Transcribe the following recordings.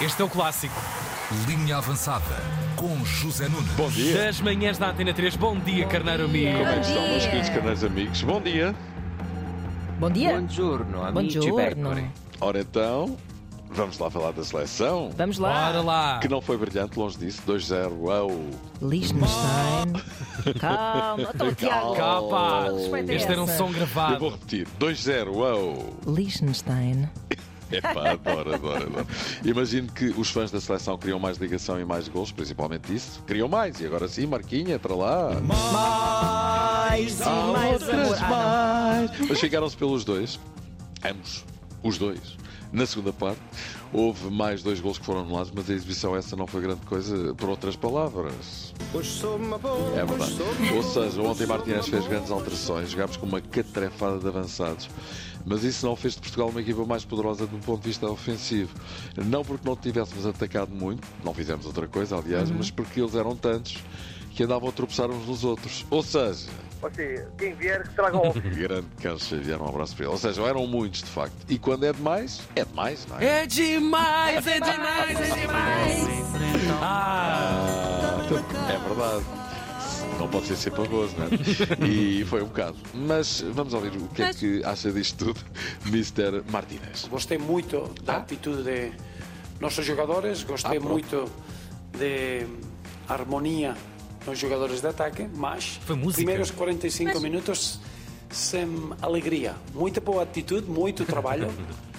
Este é o clássico Linha Avançada com José Nunes. Bom dia. das manhãs da Antena 3. Bom dia, Carneiro amigo. Como é que estão, meus dia. queridos canais amigos? Bom dia. Bom dia. Buongiorno, amici Buongiorno. pecore. Ora então, vamos lá falar da seleção. Vamos lá. Bora lá. Que não foi brilhante, longe disso. 2-0 ao. Liechtenstein. Calma. Então, Tiago. Capa. Respeita Este era um é essa. som Eu gravado. vou repetir. 2-0 ao. Liechtenstein. Epá, adoro, adoro, adoro. Imagino que os fãs da seleção queriam mais ligação e mais gols, principalmente isso. Queriam mais, e agora sim, Marquinha, para lá. Mais Há e mais amor. outras Ah, mais. Mas chegaram-se pelos dois, ambos, os dois. Na segunda parte, houve mais dois gols que foram anulados, mas a exibição essa não foi grande coisa, por outras palavras. É verdade. Ou seja, ontem Martínez fez grandes alterações, jogámos com uma catrefada de avançados, mas isso não fez de Portugal uma equipa mais poderosa do ponto de vista ofensivo. Não porque não tivéssemos atacado muito, não fizemos outra coisa, aliás, mas porque eles eram tantos que andavam a tropeçar uns nos outros. Ou seja, Você, quem vier, que traga um ovo. grande Carlos Xavier, um abraço para ele. Ou seja, eram muitos de facto. E quando é demais, é demais, não é? É demais, é demais, é demais. então. Ah, É verdade. Não pode ser sempre arroz, não é? E foi um bocado. Mas vamos ouvir o que é que acha disto tudo, Mr. Martínez. Gostei muito da atitude de nossos jogadores, gostei Ah, pronto. muito de harmonia nos jogadores de ataque, mas Foi música. primeiros 45 minutos sem alegria. Muita boa atitude, muito trabalho,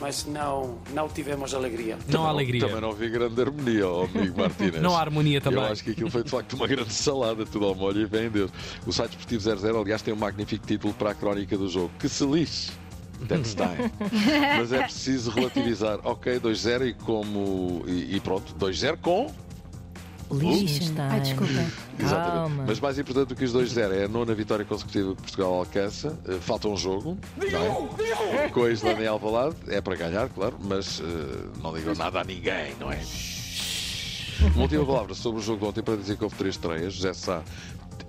mas não, não tivemos alegria. não há Também alegria. não vi grande harmonia, ó, amigo Martínez. Não há harmonia também. Eu acho que aquilo foi de facto uma grande salada, tudo ao molho e vem Deus. O site Esportivo 00, aliás, tem um magnífico título para a crónica do jogo: Que se lixe! Tenstein. Mas é preciso relativizar. Ok, 2-0 e como. E, e pronto, 2-0 com. Liechtenstein. Ai, desculpa. Calma. Mas mais importante do que os 2-0 é a nona vitória consecutiva que Portugal alcança. Eh, Falta um jogo. Não é? Com a Islândia em Alvalade. É para ganhar, claro, mas eh, não digam nada a ninguém, não é? Uma última palavra sobre o jogo de ontem para dizer que houve três estreias. José Sá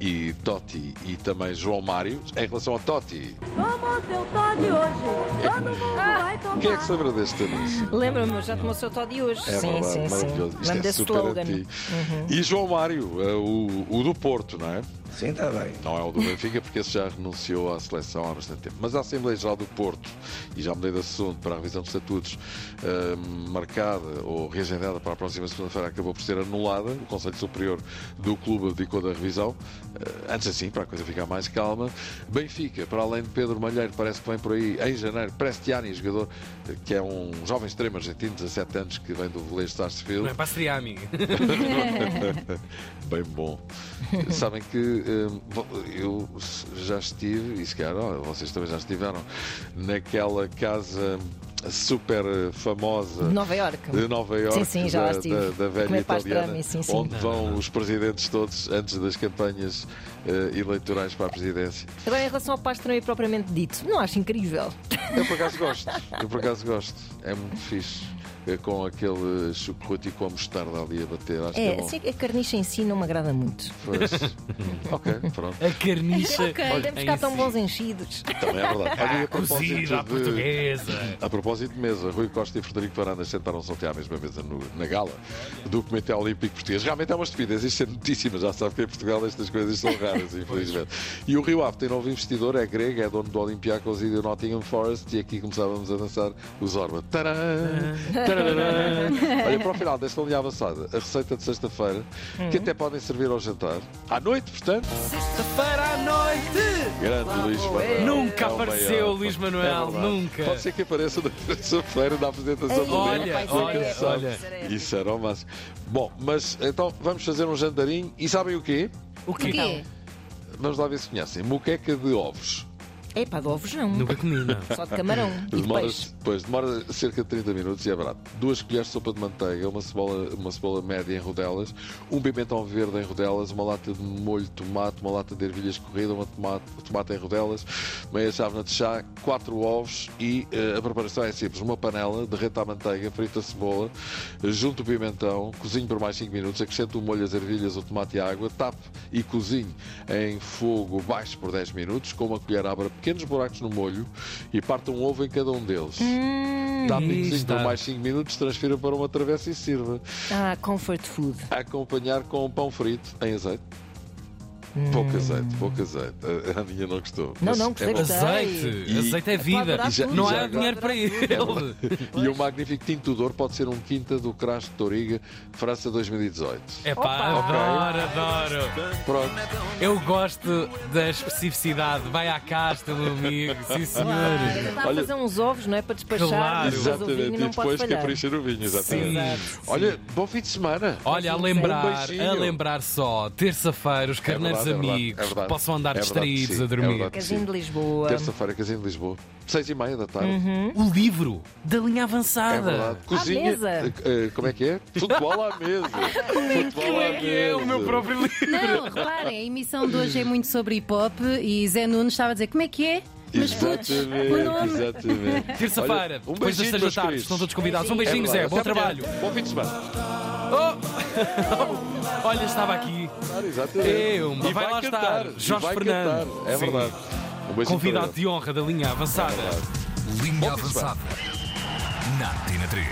e Totti e também João Mário. Em relação a Totti, Vamos seu Todd hoje. Todo mundo Ah, vai tomar. quem é que se lembra deste anúncio? Lembra-me, já tomou o seu Todd hoje. É sim, verdade, sim, sim. maravilhoso. Isto Lembro é desse super slogan. Uhum. antigo. E João Mário, eh, o, o do Porto, não é? Sim, está bem. Não é o do Benfica, porque esse já renunciou à seleção há bastante tempo. Mas a Assembleia Geral do Porto, e já mudei de assunto para a revisão dos estatutos, eh, marcada ou reagendada para a próxima segunda-feira, acabou por ser anulada. O Conselho Superior do Clube abdicou da revisão. Eh, antes assim, para a coisa ficar mais calma. Benfica, para além de Pedro Malheiro, parece que vem por aí em janeiro. Prestiani, jogador eh, que é um jovem extremo argentino, 17 anos, que vem do Velejo de Sarsfield. Não é para seria amigo. Bem bom. Sabem que hum, vo- eu já estive, e se calhar ó, vocês também já estiveram, naquela casa super eh, famosa De Nova Iorque. de Nova Iorque, Sim, sim, já lá da, estive. da- da velha Comer pastrami, italiana, sim, sim. onde vão os presidentes todos antes das campanhas eh, eleitorais para a presidência. Agora, em relação ao pastrami propriamente dito, não acho incrível. Eu por acaso gosto, eu por acaso gosto, é muito fixe. eh, Com aquele chocolate e com a mostarda ali a bater, acho que é É, bom. assim, a carniça em si não me agrada muito. Pois. ok, pronto. A carniça. Podemos é em ficar tão si. bons enchidos. Também é verdade. Olha, e a propósito Cozida à de- portuguesa. A propósito de mesa, Rui Costa e Frederico Varandas sentaram-se ontem à mesma mesa no- na gala do Comitê Olímpico Português. Realmente é uma estupidez, isto é notíssima, já sabe que em Portugal estas coisas são raras, infelizmente. E o Rio Ave tem novo investidor, é grego, é dono do Olympiacos e do Nottingham Forest, e aqui começávamos a dançar os Orba. Tcharam, tcharam. Olha, para o final desta linha avançada, a receita de sexta-feira, Hum. que até podem servir ao jantar, à noite, portanto. Sexta-feira à noite. Grande Luís Manuel. Nunca É o apareceu maior. Luís Manuel, É verdade. nunca. Pode ser que apareça na terça-feira da É apresentação do Olha, livro. olha, Nunca se sabe. olha. Isso era o máximo. Bom, mas então vamos fazer um jantarinho. E sabem o quê? O O que Então, quê? Vamos lá ver se conhecem. Muqueca de ovos. É pá, de ovos não. Nunca comi, não. Só de camarão e de demora, peixe. pois, demora cerca de 30 minutos e é barato. Duas colheres de sopa de manteiga, uma cebola, uma cebola média em rodelas, um pimentão verde em rodelas, uma lata de molho de tomate, uma lata de ervilhas corrida, uma tomate, tomate em rodelas, meia chávena de chá, quatro ovos e eh, a preparação é simples. Uma panela, derreta a manteiga, frita a cebola, eh, junto o pimentão, cozinho por mais 5 minutos, acrescento o molho, as ervilhas, o tomate e a água, tape e cozinho em fogo baixo por 10 minutos, com uma colher abra pequenos buracos no molho e parta um ovo em cada um deles. Hum, dá piquezinho por está. mais 5 minutos, transfira para uma travessa e sirva. Ah, comfort food. A acompanhar com um pão frito em azeite. Pouco azeite, pouco azeite. A, a minha não gostou. Hum. Não, Mas não, é gostei, bom. gostei. Azeite, E- azeite é vida. Pode durar não tudo, há pode dinheiro durar para ele. E o magnífico tinto de ouro pode ser um quinta do crash de Toriga, França 2018. É pá, adoro, adoro. Pronto, Eu gosto da especificidade. Vai à casta, meu amigo. Sim, senhor. Ah, está a Olha- fazer uns ovos, não é? Para despachar, Claro. mas o vinho exatamente. E não pode depois é falhar. caprichar o vinho, exatamente. Sim. Olha, bom fim de semana. Olha, a Um lembrar, beijinho. a lembrar só, terça-feira, os carneiros verdade, é verdade, amigos é verdade. possam andar É verdade que distraídos sim, a é dormir. verdade. Casinho de Lisboa. Terça-feira, casinho de Lisboa. Seis e meia da tarde. o livro da linha É avançada. verdade. Cozinha. mesa. eh, eh, como é que é? Futebol à mesa. Futebol à é o meu mesa. próprio livro. Não, reparem, a emissão de hoje é muito sobre hip hop e Zé Nunes estava a dizer como é que é? Mas putz, o Exatamente, nome. exatamente. Terça-feira, Olha, um depois das beijinho, três da meus tarde, queridos. estão todos convidados. Um É beijinho, Zé, verdade. bom Até amanhã. trabalho. Bom fim de semana. Olha, estava aqui. Claro, exatamente. Eu, mas e vai lá estar. cantar, e Jorge vai Fernando. cantar. É Sim. verdade. Um beijinho para Convidado ele. de honra da linha avançada. Linha Bom fim de semana. avançada. Na Tina 3.